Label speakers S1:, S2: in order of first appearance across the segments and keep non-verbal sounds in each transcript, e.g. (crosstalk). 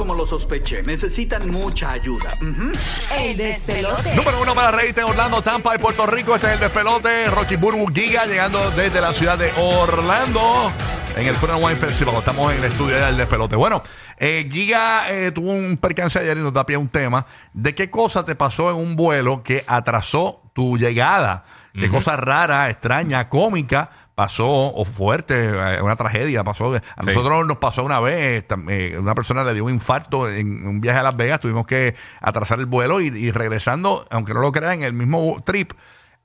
S1: Como lo sospeché, necesitan mucha ayuda. Ujú.
S2: El despelote.
S3: Número uno para reírte en Orlando, Tampa y Puerto Rico. Este es el despelote. Rocky Burbu Giga llegando desde la ciudad de Orlando. En el Fun and Wine Festival, estamos en el estudio del despelote. Bueno, eh, Giga eh, tuvo un percance ayer y nos da pie a un tema. ¿De qué cosa te pasó en un vuelo que atrasó tu llegada? ¿Qué cosa rara, extraña, cómica pasó o fuerte, eh, una tragedia pasó? A nosotros nos pasó una vez, tam- eh, una persona le dio un infarto en un viaje a Las Vegas, tuvimos que atrasar el vuelo y, y regresando, aunque no lo crean, en el mismo trip,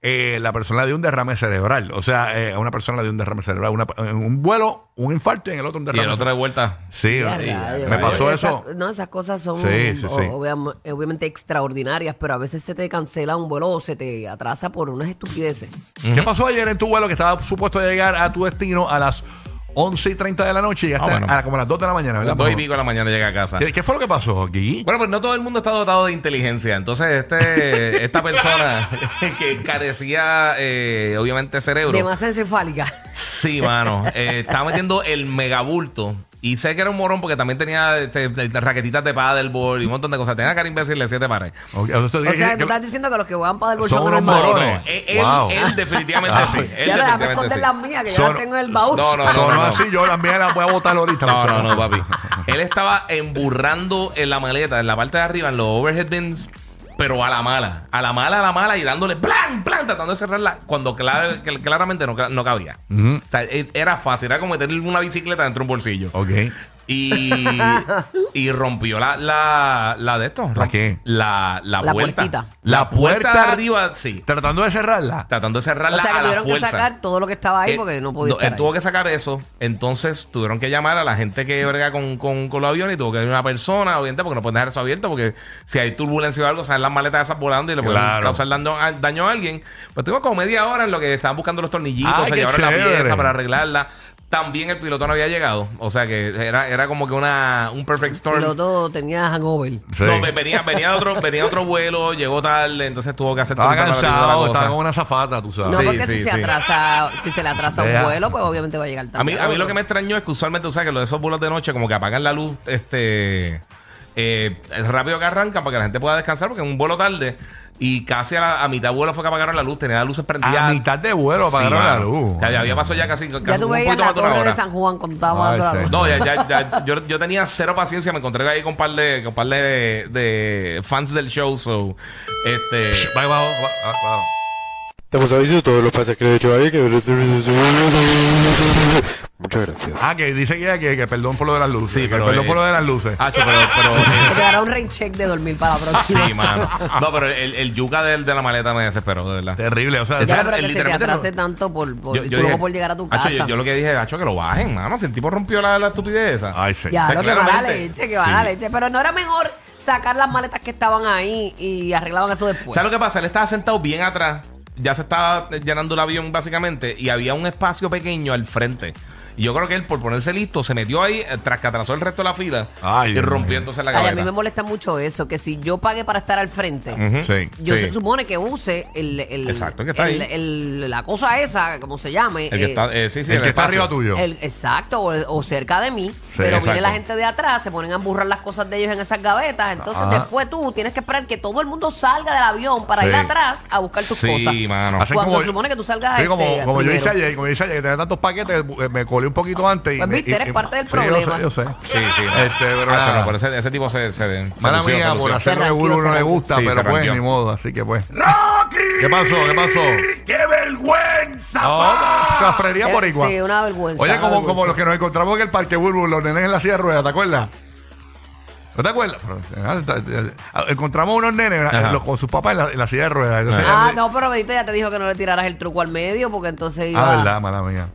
S3: eh, la persona le dio un derrame cerebral. O sea, eh, a una persona le dio un derrame cerebral. Una- en un vuelo, un infarto y en el otro un
S4: Y
S3: derrame
S4: el otro de vuelta.
S3: Sí,
S2: Ya,
S3: sí.
S2: rayos.
S3: me pasó
S2: Porque
S3: eso.
S2: esas- no, esas cosas son
S3: Sí, sí, sí.
S2: o- obviam- obviamente extraordinarias, pero a veces se te cancela un vuelo o se te atrasa por unas estupideces.
S3: ¿Qué pasó ayer en tu vuelo que estaba supuesto a llegar a tu destino a las 11 y 30 de la noche y ya
S4: Ah,
S3: está
S4: bueno.
S3: a la- como a las 2 de la mañana, ¿verdad?
S4: Dos y
S3: Manolo?
S4: pico de la mañana llega a casa.
S3: ¿Qué, qué fue lo que pasó, Gigi?
S4: Bueno, pues no todo el mundo está dotado de inteligencia.
S3: (laughs)
S4: Entonces, este, esta persona (laughs) que carecía, eh, obviamente, cerebro.
S2: De masa encefálica.
S4: Sí, mano. Eh, estaba metiendo el megabulto. Y sé que era un morón porque también tenía este, raquetitas de paddleboard y un montón de cosas. Tenía cara imbécil de siete pares.
S3: Ok, o sea,
S2: O sea,
S3: que-
S2: tú estás diciendo que los que van para el bolso
S3: Son unos
S2: normales.
S3: morones.
S4: No, eh, él, él-
S3: Wow. Ah.
S4: él definitivamente sí.
S2: Ya le
S4: Él
S2: dejamos
S4: definitivamente
S2: esconder
S4: sí.
S2: las mías, que yo
S3: Son-
S2: las tengo en el baúl.
S4: No, no, no,
S3: Sonó
S4: no, no.
S3: así, yo las mías las voy a botar ahorita.
S4: No, no, no, papi.
S3: (laughs)
S4: Él estaba emburrando en la maleta, en la parte de arriba, en los overhead bins, pero a la mala. A la mala, a la mala y dándole plan, plan, tratando de cerrarla cuando clara- que claramente no, ca- no cabía. O sea, e- era fácil, era como meterle una bicicleta dentro de un bolsillo.
S3: Ok.
S4: Y, y rompió la, la, la de esto.
S3: ¿La qué?
S4: La, la,
S2: La
S4: vuelta.
S2: puertita.
S4: La puerta de
S3: puerta-
S4: arriba, sí.
S3: Tratando de cerrarla.
S4: Tratando de cerrarla
S2: O sea,
S4: a
S2: que
S4: la
S2: tuvieron que
S4: fuerza.
S2: sacar todo lo que estaba ahí
S4: Eh,
S2: porque no podía
S4: no,
S2: estar
S4: él tuvo
S2: ahí.
S4: que sacar eso. Entonces tuvieron que llamar a la gente que verga con, con, con los aviones y tuvo que venir una persona, obviamente, porque no pueden dejar eso abierto, porque si hay turbulencia o algo, salen las maletas esas volando y le pueden
S3: Claro.
S4: causar daño a, daño a alguien. Pues tuvimos como media hora en lo que estaban buscando los tornillitos,
S3: Ay,
S4: se
S3: Ah, qué
S4: llevaron la
S3: chévere.
S4: pieza para arreglarla. También el piloto no había llegado. O sea que era, era como que una, un perfect
S2: El
S4: storm.
S2: piloto tenía hangover.
S3: Sí.
S4: No, ve- venía, venía, de otro, venía de otro vuelo, llegó tarde, entonces tuvo que hacer
S3: estaba
S4: todo el preparativo de la
S3: cansado,
S4: cosa.
S3: estaba con una zafata, tú sabes.
S2: No,
S4: Sí,
S2: porque
S4: sí,
S2: si se
S4: sí.
S2: atrasa, si se le atrasa un
S3: Deja.
S2: vuelo, pues obviamente va a llegar tarde.
S4: A mí, a mí lo que me extrañó es que usualmente, tú sabes, que lo de esos vuelos de noche, como que apagan la luz, este. eh, rápido que arrancan para que la gente pueda descansar, porque es un vuelo tarde. Y casi a, la- a mitad de vuelo fue que apagaron la luz, tenía las luces prendidas.
S3: A mitad de vuelo
S4: Sí,
S3: apagaron la
S4: mano.
S3: luz.
S4: O sea, ya había pasado ya casi, casi
S2: Ya tú
S4: un
S2: veías la
S4: poquito más de una
S2: torre de
S4: hora.
S2: San Juan cuando estaba
S3: Ay,
S2: dando la
S3: sí.
S2: luz.
S4: No, ya, ya, ya. Yo, yo tenía cero paciencia. Me encontré ahí con un par de, con un par de, de fans del show. So,
S2: (laughs)
S4: este.
S3: Shh, va, va, va, va, va.
S5: Damos aviso a todos los pasajeros de Chevalier que... Muchas gracias.
S3: Ah, que dice que, que, que perdón por lo de las luces.
S4: Sí,
S3: que
S4: pero,
S3: perdón
S4: eh,
S3: por lo de las luces.
S4: Hacho, pero. pero eh,
S2: (laughs) Te dará un rain check de dormir para la próxima.
S4: sí, mano. No, pero el, el yuca del, de la maleta me desesperó, de verdad.
S3: Terrible, o sea,
S4: Ya,
S2: Claro, pero que
S4: él
S2: se te
S4: Ah, literalmente
S2: atrase
S4: no-
S2: tanto por, por,
S4: Yo-
S2: y
S4: yo
S2: tú luego
S4: dije,
S2: por llegar a tu
S4: "Acho,
S2: casa.
S4: yo, yo lo que dije, Hacho, que lo bajen, mano. Si el tipo rompió la, la estupidez esa.
S3: Ay, sí.
S2: Ya,
S4: O sea,
S2: lo que va la
S4: claramente-
S2: leche, que va la
S4: Sí.
S2: leche. Pero no era mejor sacar las maletas que estaban ahí y arreglaban eso después.
S4: ¿Sabes lo que pasa? Él estaba sentado bien atrás. Ya se estaba llenando el avión, básicamente. Y había un espacio pequeño al frente. Y yo creo que él, por ponerse listo, se metió ahí, eh, tras que atrasó el resto de la fila.
S3: Ay,
S4: y
S3: Dios
S4: rompió
S3: mío.
S4: entonces la
S2: Ay, a
S4: cabeza.
S2: mí me molesta mucho eso, que si yo pagué para estar al frente,
S3: Sí.
S2: yo
S4: sí.
S2: se supone que use el, el-
S4: Exacto, que está
S2: el-
S4: ahí.
S2: el- la cosa esa, como se llame.
S4: El que
S2: eh,
S4: está, eh, sí, sí,
S3: el que está
S4: espacio.
S3: arriba tuyo.
S2: el- exacto, o, o cerca de mí, pero viene
S4: exacto.
S2: la gente de atrás, se ponen a emburrar las cosas de ellos en esas gavetas, entonces
S3: Ajá.
S2: después tú tienes que esperar que todo el mundo salga del avión para
S3: Sí.
S2: ir atrás a buscar tus cosas.
S4: Sí, mano.
S3: Así
S2: cuando se supone que tú salgas,
S3: Sí, como,
S2: este,
S3: como yo hice
S2: primero.
S3: ayer, como yo hice ayer, que tenía tantos paquetes, eh, me colé un poquito antes. Y
S2: Pues,
S3: me-
S2: viste,
S3: y-
S2: eres
S3: y-
S2: parte del
S3: Sí, yo
S2: problema.
S3: sé, yo sé.
S4: Sí, sí.
S3: Este, pero
S4: Hacho,
S3: nada.
S4: no, pero ese, ese tipo se. se, se
S3: Mala
S4: lució,
S3: mía,
S4: se
S3: por
S4: lució.
S3: hacer
S2: Se ranqueó,
S3: regulo
S2: se
S3: no le
S2: ranqueó.
S3: gusta,
S4: Sí, se
S3: pero pues,
S4: ranqueó.
S3: ni modo, así que pues.
S6: ¡Rocky!
S3: ¿Qué pasó? ¿Qué pasó?
S6: ¡Qué vergüenza!
S3: Oh, cafrería
S2: Eh,
S3: por igual.
S2: Sí, una vergüenza.
S3: Oye,
S2: una
S3: como, como
S2: vergüenza.
S3: los que nos encontramos en el parque Bulbul, los nenes en la silla de ruedas, ¿te acuerdas? ¿No te acuerdas? eh, Ah, Encontramos unos nenes
S4: Ajá.
S3: los- con sus papás en la, en la silla de Ah, ruedas. Entonces,
S2: Ah,
S3: él-
S2: no, (laughs) pero Benito ya te dijo que no le tiraras el truco al medio porque entonces iba.
S3: Ah, verdad, mala mía.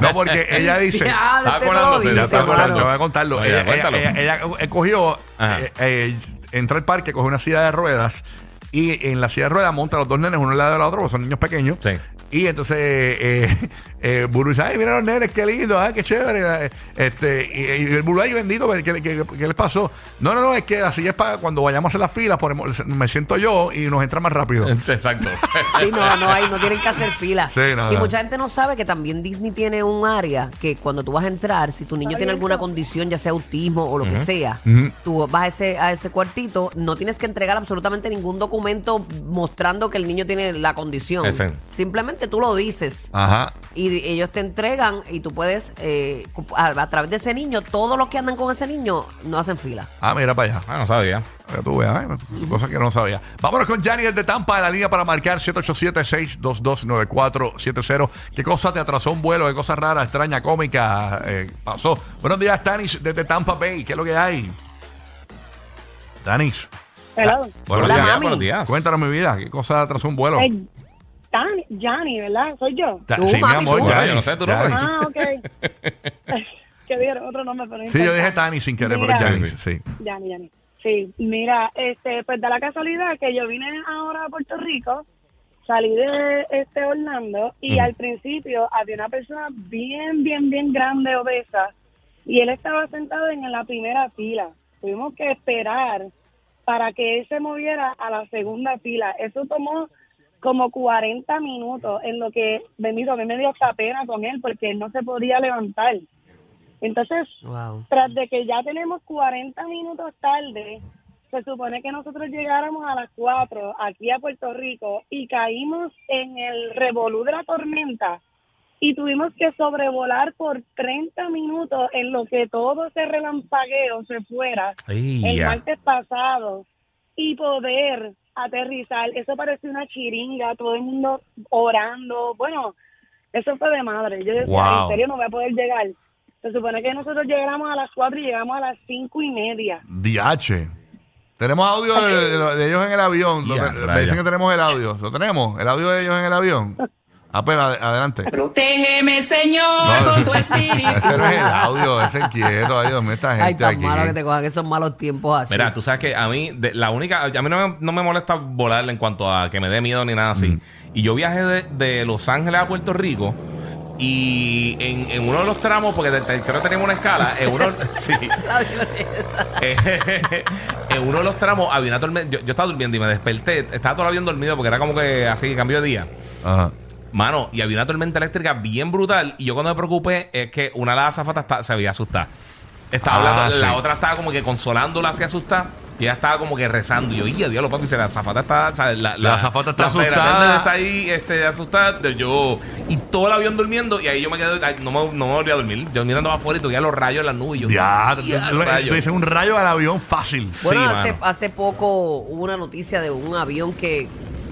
S3: No, porque ella
S2: (laughs)
S3: dice.
S2: Ya,
S4: Está
S2: este todo
S4: acordándose,
S3: Ya
S4: Sí,
S3: está,
S2: dice,
S4: acordándose.
S3: bueno, yo
S2: mano.
S3: voy a contarlo.
S4: Vaya,
S3: ella, ella-
S4: cuéntalo.
S3: ella- ella, eh, cogió,
S4: Ajá.
S3: eh, eh, entra al parque, coge una silla de ruedas y en la silla de ruedas monta a los dos nenes uno al lado del otro, porque son niños pequeños.
S4: Sí. (laughs)
S3: Y entonces eh, (laughs) eh, Buru dice, ay, mira los nenes, qué lindo, ay, qué chévere. eh, Este, y, y el Buru, ay, bendito, pues, ¿qué, qué, qué- qué les pasó? No, no, no, es que la silla es para cuando vayamos a la fila, ponemos, me siento yo y nos entra más rápido.
S4: Eh. Exacto.
S2: Sí, no, no, ahí no tienen que hacer fila.
S3: Sí, no,
S2: y
S3: no.
S2: mucha gente no sabe que también Disney tiene un área que cuando tú vas a entrar, si tu niño tiene alguna condición, ya sea autismo o lo que sea, tú vas a ese, a ese cuartito, no tienes que entregar absolutamente ningún documento mostrando que el niño tiene la condición.
S4: Ese.
S2: Simplemente tú lo dices.
S3: Ajá.
S2: Y di- ellos te entregan y tú puedes, eh, cu- a, a través de ese niño, todos los que andan con ese niño no hacen fila.
S3: Ah, mira para allá.
S4: Ah, no sabía.
S3: Ya tú veas, ay, cosas que no sabía. Vámonos con Janiel de Tampa de la línea para marcar 787-622-9470. ¿Qué cosa te atrasó un vuelo? ¿Qué cosa rara, extraña, cómica eh, pasó? Buenos días, Tanis, desde Tampa Bay. ¿Qué es lo que hay? Tanis,
S7: Hello.
S3: buenos
S2: Hola,
S3: días.
S2: mami.
S4: Buenos días.
S3: Cuéntanos mi vida. ¿Qué cosa atrasó un vuelo?
S7: Eh, Tani- Johnny, ¿verdad? Soy yo.
S3: Ta-
S2: Tú, mami, tú.
S3: Yanis,
S4: Yo no sé tu nombre.
S3: Yanis.
S7: Ah,
S3: (laughs)
S7: ok. (laughs) que dieron otro nombre, pero no
S3: Sí, yo
S7: importa.
S3: dije Tanis sin querer, pero
S7: Mira.
S3: Yanis,
S4: Sí,
S3: sí.
S7: Johnny, Johnny. Sí, mira, este, pues da la casualidad que yo vine ahora a Puerto Rico, salí de este Orlando y
S4: Mm.
S7: al principio había una persona bien, bien, bien grande, obesa, y él estaba sentado en la primera fila. Tuvimos que esperar para que él se moviera a la segunda fila. Eso tomó como 40 minutos en lo que, bendito, a mí me dio hasta pena con él porque él no se podía levantar. Entonces,
S2: Wow.
S7: tras de que ya tenemos 40 minutos tarde, se supone que nosotros llegáramos a las 4 aquí a Puerto Rico y caímos en el revolú de la tormenta y tuvimos que sobrevolar por 30 minutos en lo que todo ese relampagueo se fuera el
S4: Ya.
S7: martes pasado y poder aterrizar. Eso parecía una chiringa, todo el mundo orando. Bueno, eso fue de madre. Yo decía,
S3: Wow.
S7: en serio no voy a poder llegar. Se supone que nosotros llegáramos a las 4 y llegamos a las cinco y media.
S3: DH. Tenemos audio de, de- de ellos en el avión.
S4: Ya,
S3: Lo- me
S4: raya.
S3: dicen que tenemos el audio. ¿Lo tenemos? ¿El audio de ellos en el avión? Ah, pues ad- adelante.
S8: Protégeme, Señor,
S3: No,
S8: con tu
S3: (laughs)
S8: espíritu.
S3: Ese no es el audio, ese es quieto. Ay, Dios mío, esta
S2: Ay,
S3: gente
S2: tan malo que
S3: aquí.
S2: te cojan esos malos tiempos así.
S4: Mira, tú sabes que a mí, de- la única, a mí no me, no me molesta volar en cuanto a que me dé miedo ni nada así.
S2: Mm.
S4: Y yo viajé de, de Los Ángeles a Puerto Rico y en, en uno de los tramos, porque te- te- creo que teníamos una escala, en
S2: (laughs)
S4: uno, sí,
S2: La violeta.
S4: Eh, (laughs) en uno de los tramos había una tormenta. Yo, yo estaba durmiendo y me desperté. Estaba todavía bien dormido porque era como que así, cambio de día.
S3: Ajá.
S4: Mano, y había una tormenta eléctrica bien brutal. Y yo cuando me preocupé es que una de las azafatas está- se había asustado. Estaba
S3: Ah,
S4: hablando, la
S3: sí.
S4: otra estaba como que consolándola así asustada. Y ella estaba como que rezando. Y yo, y diablo, papi, si la azafata está. o sea, la,
S3: La azafata está
S4: operativa
S3: asustada.
S4: está ahí este, asustada. Yo. Y todo el avión durmiendo. Y ahí yo me quedé. ay, no, me, no me volví a dormir. Yo mirando más afuera y todavía los rayos en las nubes. y Yo,
S3: Ya, tú-
S4: "Ya,
S3: tú- tú
S4: rayos".
S3: dices un rayo al avión fácil.
S4: Sí,
S2: Bueno, hace,
S4: mano.
S2: hace poco hubo una noticia de un avión que,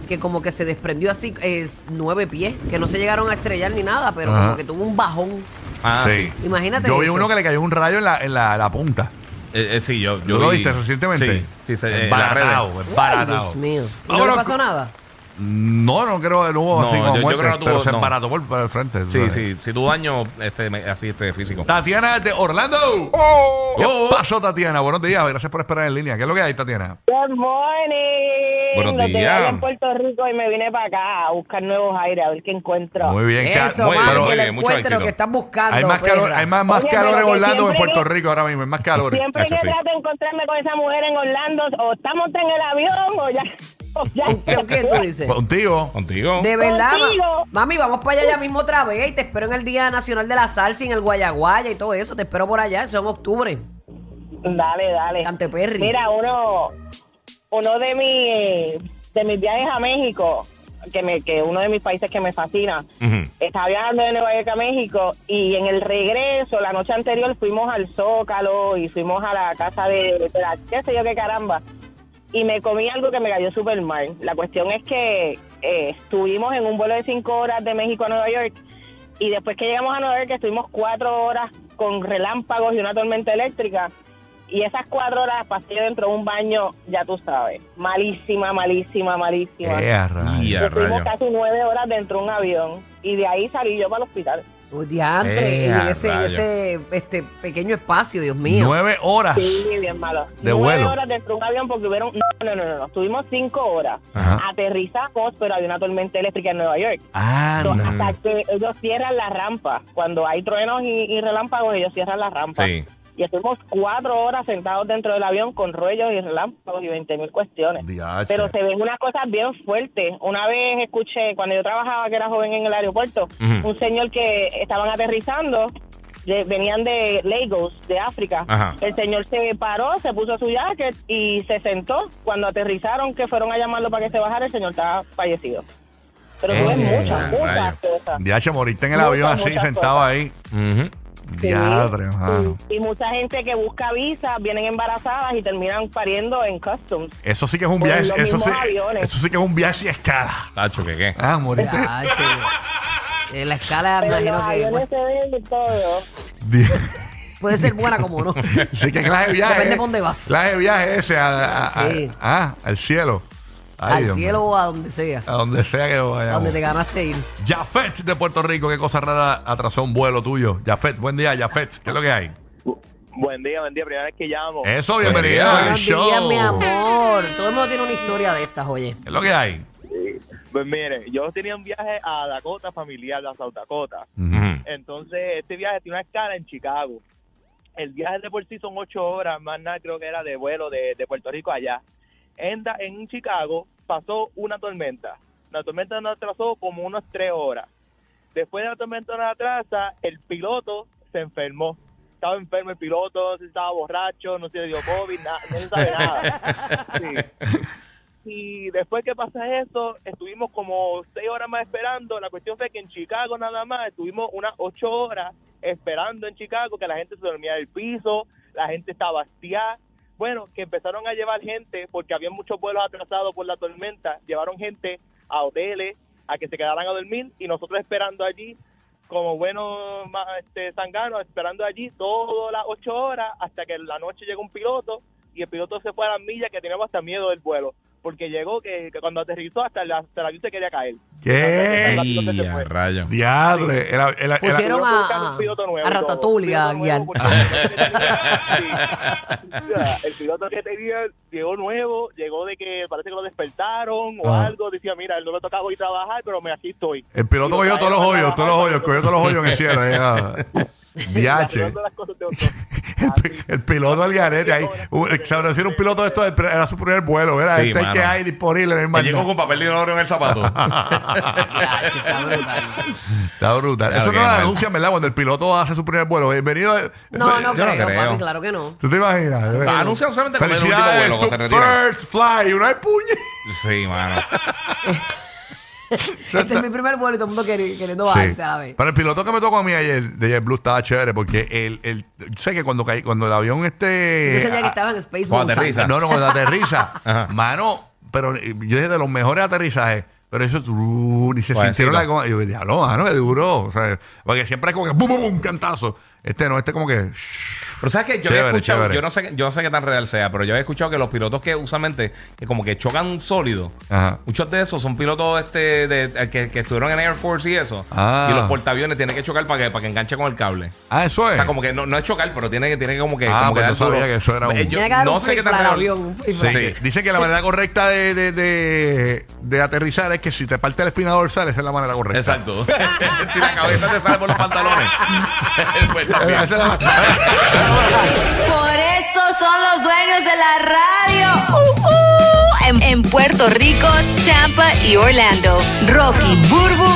S2: que como que se desprendió así, es nueve pies, que no se llegaron a estrellar ni nada, pero
S3: Ajá.
S2: como que tuvo un bajón.
S4: Ah, sí.
S2: Imagínate
S3: Yo vi
S2: eso.
S3: uno que le cayó un rayo en la, en la, la punta.
S4: Eh, eh, sí, yo, yo
S3: ¿Tú lo
S4: vi-
S3: viste recientemente?
S4: Sí, sí, se- eh, en las redes.
S3: Embaratado,
S2: Ay,
S3: embaratado.
S2: Dios mío. ¿Y ¿No
S3: Vámonos
S2: le pasó
S3: con-
S2: nada?
S3: No, no creo que no hubo
S4: No,
S3: así como
S4: yo-
S3: muerte,
S4: yo creo que no
S3: pero
S4: tuvo-
S3: se
S4: no.
S3: embarató por, por el frente. tú
S4: Sí,
S3: sabes.
S4: sí, si tu daño este, me- así este físico.
S3: Tatiana de Orlando. ¿Qué
S4: Oh.
S3: pasó, Tatiana? Buenos días. Gracias por esperar en línea. ¿Qué es lo que hay, Tatiana?
S7: Good morning.
S4: Buenos
S7: Los
S4: días.
S7: en Puerto Rico y me vine para acá a buscar nuevos aires, a ver qué encuentro.
S3: Muy bien, Ca-
S2: Eso,
S4: muy-
S2: mami,
S4: pero
S2: que
S4: muy
S2: le
S4: bien, mucho
S2: encuentre lo
S4: éxito.
S2: que están buscando,
S3: Hay más calor,
S2: perra.
S3: hay más, más
S7: Oye,
S3: calor en
S7: pero que
S3: Orlando que en
S7: siempre-
S3: Puerto Rico ahora mismo, hay más calor.
S7: Siempre que
S4: Eso sí.
S7: trato de encontrarme con esa mujer en Orlando, o estamos en el avión o ya. O ya
S2: ¿Qué, qué tú
S3: (laughs)
S2: dices?
S3: Pues, Un tío.
S4: Contigo.
S2: De verdad, ma-
S7: Contigo.
S2: mami, vamos para allá ya mismo otra vez y te espero en el Día Nacional de la Salsa y en el Guayaguaya y todo eso. Te espero por allá, eso en octubre.
S7: Dale, dale.
S2: Cante Perry.
S7: Mira, uno, uno de, mi, de mis viajes a México, que, me, que uno de mis países que me fascina,
S4: Ujú.
S7: estaba viajando de Nueva York a México y en el regreso, la noche anterior, fuimos al Zócalo y fuimos a la casa de, de la qué sé yo qué caramba. Y me comí algo que me cayó súper mal. La cuestión es que eh, estuvimos en un vuelo de cinco horas de México a Nueva York y después que llegamos a Nueva York estuvimos cuatro horas con relámpagos y una tormenta eléctrica. Y esas cuatro horas las pasé dentro de un baño, ya tú sabes, malísima, malísima, malísima.
S3: Eh, a rayos.
S4: Y a
S7: Estuvimos
S4: rayos.
S7: casi nueve horas dentro de un avión y de ahí salí yo para el hospital.
S2: Uy, diantre,
S4: Eh,
S2: en
S4: a
S2: ese, en
S4: rayos.
S2: ese este, pequeño espacio, Dios mío.
S3: Nueve horas.
S7: Sí, bien malo.
S3: Ah. De
S7: Nueve
S3: vuelo.
S7: horas dentro de un avión porque hubieron... No, no, no, no, no. Estuvimos cinco horas.
S3: Ajá.
S7: Aterrizamos, pero había una tormenta eléctrica en Nueva York.
S3: Ah,
S7: So,
S3: no.
S7: hasta que ellos cierran la rampa. Cuando hay truenos y, y relámpagos, ellos cierran la rampa.
S4: Sí.
S7: Y estuvimos cuatro horas sentados dentro del avión con rollos y relámpagos y 20 mil cuestiones.
S3: Diache.
S7: Pero se ven unas cosas bien fuertes. Una vez escuché, cuando yo trabajaba, que era joven en el aeropuerto,
S4: Ujú.
S7: un señor que estaban aterrizando, de- venían de Lagos, de África.
S4: Ajá.
S7: El señor se paró, se puso su jacket y se sentó. Cuando aterrizaron, que fueron a llamarlo para que se bajara, el señor estaba fallecido. Pero tú
S4: Eh,
S7: ves muchas, muchas
S4: rayos.
S7: cosas.
S3: Diache, moriste en el
S7: Muchas,
S3: avión así,
S7: muchas
S3: sentado
S7: cosas.
S3: ahí.
S4: Ujú.
S7: Sí,
S3: Diadre, mano.
S7: sí. Y mucha gente que busca visa, vienen embarazadas y terminan pariendo en customs.
S3: Eso sí que es un
S7: Por
S3: viaje.
S7: los
S3: Eso sí,
S7: mismos aviones.
S3: eso sí que es un viaje a escala.
S4: Tacho, ¿qué qué?
S3: Ah, moriste.
S2: Ya, sí. Eh, La escala,
S7: Pero los
S2: imagino que
S7: aviones
S2: pues,
S7: se ven de todo.
S3: Di-
S2: puede ser buena como no.
S3: sí que clase de viaje.
S2: Depende de dónde vas.
S3: Clase de viaje ese. A, a- a-
S2: Sí.
S3: ah, al cielo. Ay,
S2: Al
S3: Dios
S2: cielo
S3: mío.
S2: o a donde sea,
S3: A donde sea que
S2: a
S3: vayamos.
S2: donde te ganaste ir.
S3: Jafet de Puerto Rico, qué cosa rara atrasó un vuelo tuyo. Jafet, buen día, Jafet, ¿qué es lo que hay?
S9: (laughs) Buen día, buen día. Primera vez que llamo.
S3: Eso, bienvenida al
S2: Buenos
S3: show.
S2: días, mi amor. Todo el mundo tiene una historia de estas, oye.
S3: ¿Qué es lo que hay?
S9: Pues mire, yo tenía un viaje a Dakota familiar, a South Dakota.
S4: Ujú.
S9: Entonces, este viaje tiene una escala en Chicago. El viaje de por sí son ocho horas, más nada creo que era de vuelo de, de Puerto Rico allá. En, Da- en Chicago pasó una tormenta. La tormenta nos atrasó como unas tres horas. Después de la tormenta nos atrasa, ah, el piloto se enfermó. Estaba enfermo el piloto, no sé si estaba borracho, no sé si le dio COVID, nada, no se sabe nada. Sí. Y después que pasa eso, estuvimos como seis horas más esperando. La cuestión fue que en Chicago nada más estuvimos unas ocho horas esperando en Chicago, que la gente se dormía del piso, la gente estaba hastiada. Bueno, que empezaron a llevar gente, porque había muchos vuelos atrasados por la tormenta, llevaron gente a hoteles, a que se quedaran a dormir, y nosotros esperando allí, como buenos ma- este, sanganos, esperando allí todas las ocho horas, hasta que en la noche llegó un piloto, y el piloto se fue a las millas, que teníamos hasta miedo del vuelo, porque llegó que, que cuando aterrizó hasta la, hasta el avión se quería caer.
S3: ¿Qué?
S4: Ey, a rayo.
S3: Diadre, el, el-
S2: Pusieron
S3: el-
S9: Tuvieron que buscar
S2: a,
S9: un piloto nuevo
S2: a
S9: y todo.
S2: Ratatouille a
S9: Un
S2: guiar.
S9: piloto
S4: (laughs)
S9: nuevo,
S2: (laughs)
S9: porque- O sea, El piloto que tenía llegó nuevo, llegó de que parece que lo despertaron o
S3: Ah.
S9: algo. Decía, mira, no me tocaba hoy trabajar, pero me aquí estoy.
S3: el piloto
S9: Y
S3: cogió
S9: lo
S3: todos los
S9: trajeron
S3: hoyos,
S9: a
S3: todos los hoyos,
S9: trabajar,
S3: cogió todos los hoyos en el cielo. ahí, ah. Diache.
S9: arreglando las cosas de otro.
S3: El,
S9: Así.
S3: pi- Ah, el piloto del garete ahí. Uh, Un- Se habrá sido un piloto de estos, era su primer vuelo. Era
S4: Sí,
S3: este
S4: mano.
S3: que hay disponible, no hay
S4: Me
S3: más
S4: llegó
S3: nada.
S4: con papel de oro en el
S9: (laughs)
S4: zapato.
S2: Ya, sí, está brutal.
S3: Está brutal.
S4: Claro
S3: Eso
S4: que
S3: no lo
S4: mal.
S3: anuncian, ¿verdad? Cuando el piloto hace su primer vuelo. Bienvenido. eh,
S2: No, no
S4: Yo no
S2: creo,
S4: creo.
S2: papi, claro que no.
S3: ¿Tú te imaginas?
S4: Anuncian solamente cuando es el último
S3: Felicidades,
S4: vuelo que
S3: tu
S4: se retira.
S3: first fly. Uno es puñe.
S4: Sí, mano.
S2: Este es mi primer vuelo y todo el mundo queri- queriendo
S3: Sí.
S2: bajarse a la vez.
S3: Pero el piloto que me tocó a mí ayer de JetBlue estaba chévere porque el, el, yo sé que cuando, caí- cuando el avión este...
S2: Yo sabía que
S3: a-
S2: estaba en Space
S4: Cuando
S2: Mountain.
S4: aterriza.
S3: No, no, cuando aterriza.
S4: (laughs) Ajá.
S3: Mano, pero eh, yo dije de los mejores aterrizajes. Pero eso, uh, y se
S4: Suavecito.
S3: sintieron la goma. Yo dije, diablo, mano, me duró. O sea, porque siempre es como que, ¡bum, bum, bum! Cantazo. Este no, este como que. shh.
S4: Pero sabes que yo
S3: Chévere,
S4: había escuchado,
S3: chévere.
S4: yo no sé, qué- yo no sé qué tan real sea, pero yo había escuchado que los pilotos que usualmente que como que chocan un sólido,
S3: Ajá.
S4: muchos de esos son pilotos este de, eh, que, que estuvieron en Air Force y eso.
S3: Ah.
S4: Y los portaaviones tienen que chocar para que, para que enganche con el cable.
S3: Ah, eso
S4: O
S3: es.
S4: sea, como que no, no es chocar, pero tiene que, tiene que como que,
S3: Ah,
S4: como que
S3: pues no
S4: dar duro.
S3: sabía que eso era un-
S4: Eh, yo
S2: Tiene que dar
S4: no
S2: un
S4: sé qué
S2: flip
S4: tan
S2: al
S4: real.
S2: avión. un flip
S3: Sí.
S2: fly.
S4: Sí.
S3: Dicen que la manera correcta de, de, de, de aterrizar es que si te parte la espina dorsal, esa es la manera correcta. (laughs)
S4: Exacto. (laughs) si la cabeza te sale por los pantalones. (laughs) pues también.
S3: Esa es la-
S10: Por eso son los dueños de la radio. Uh, uh. En, en Puerto Rico, Tampa y Orlando. Rocky, Burbu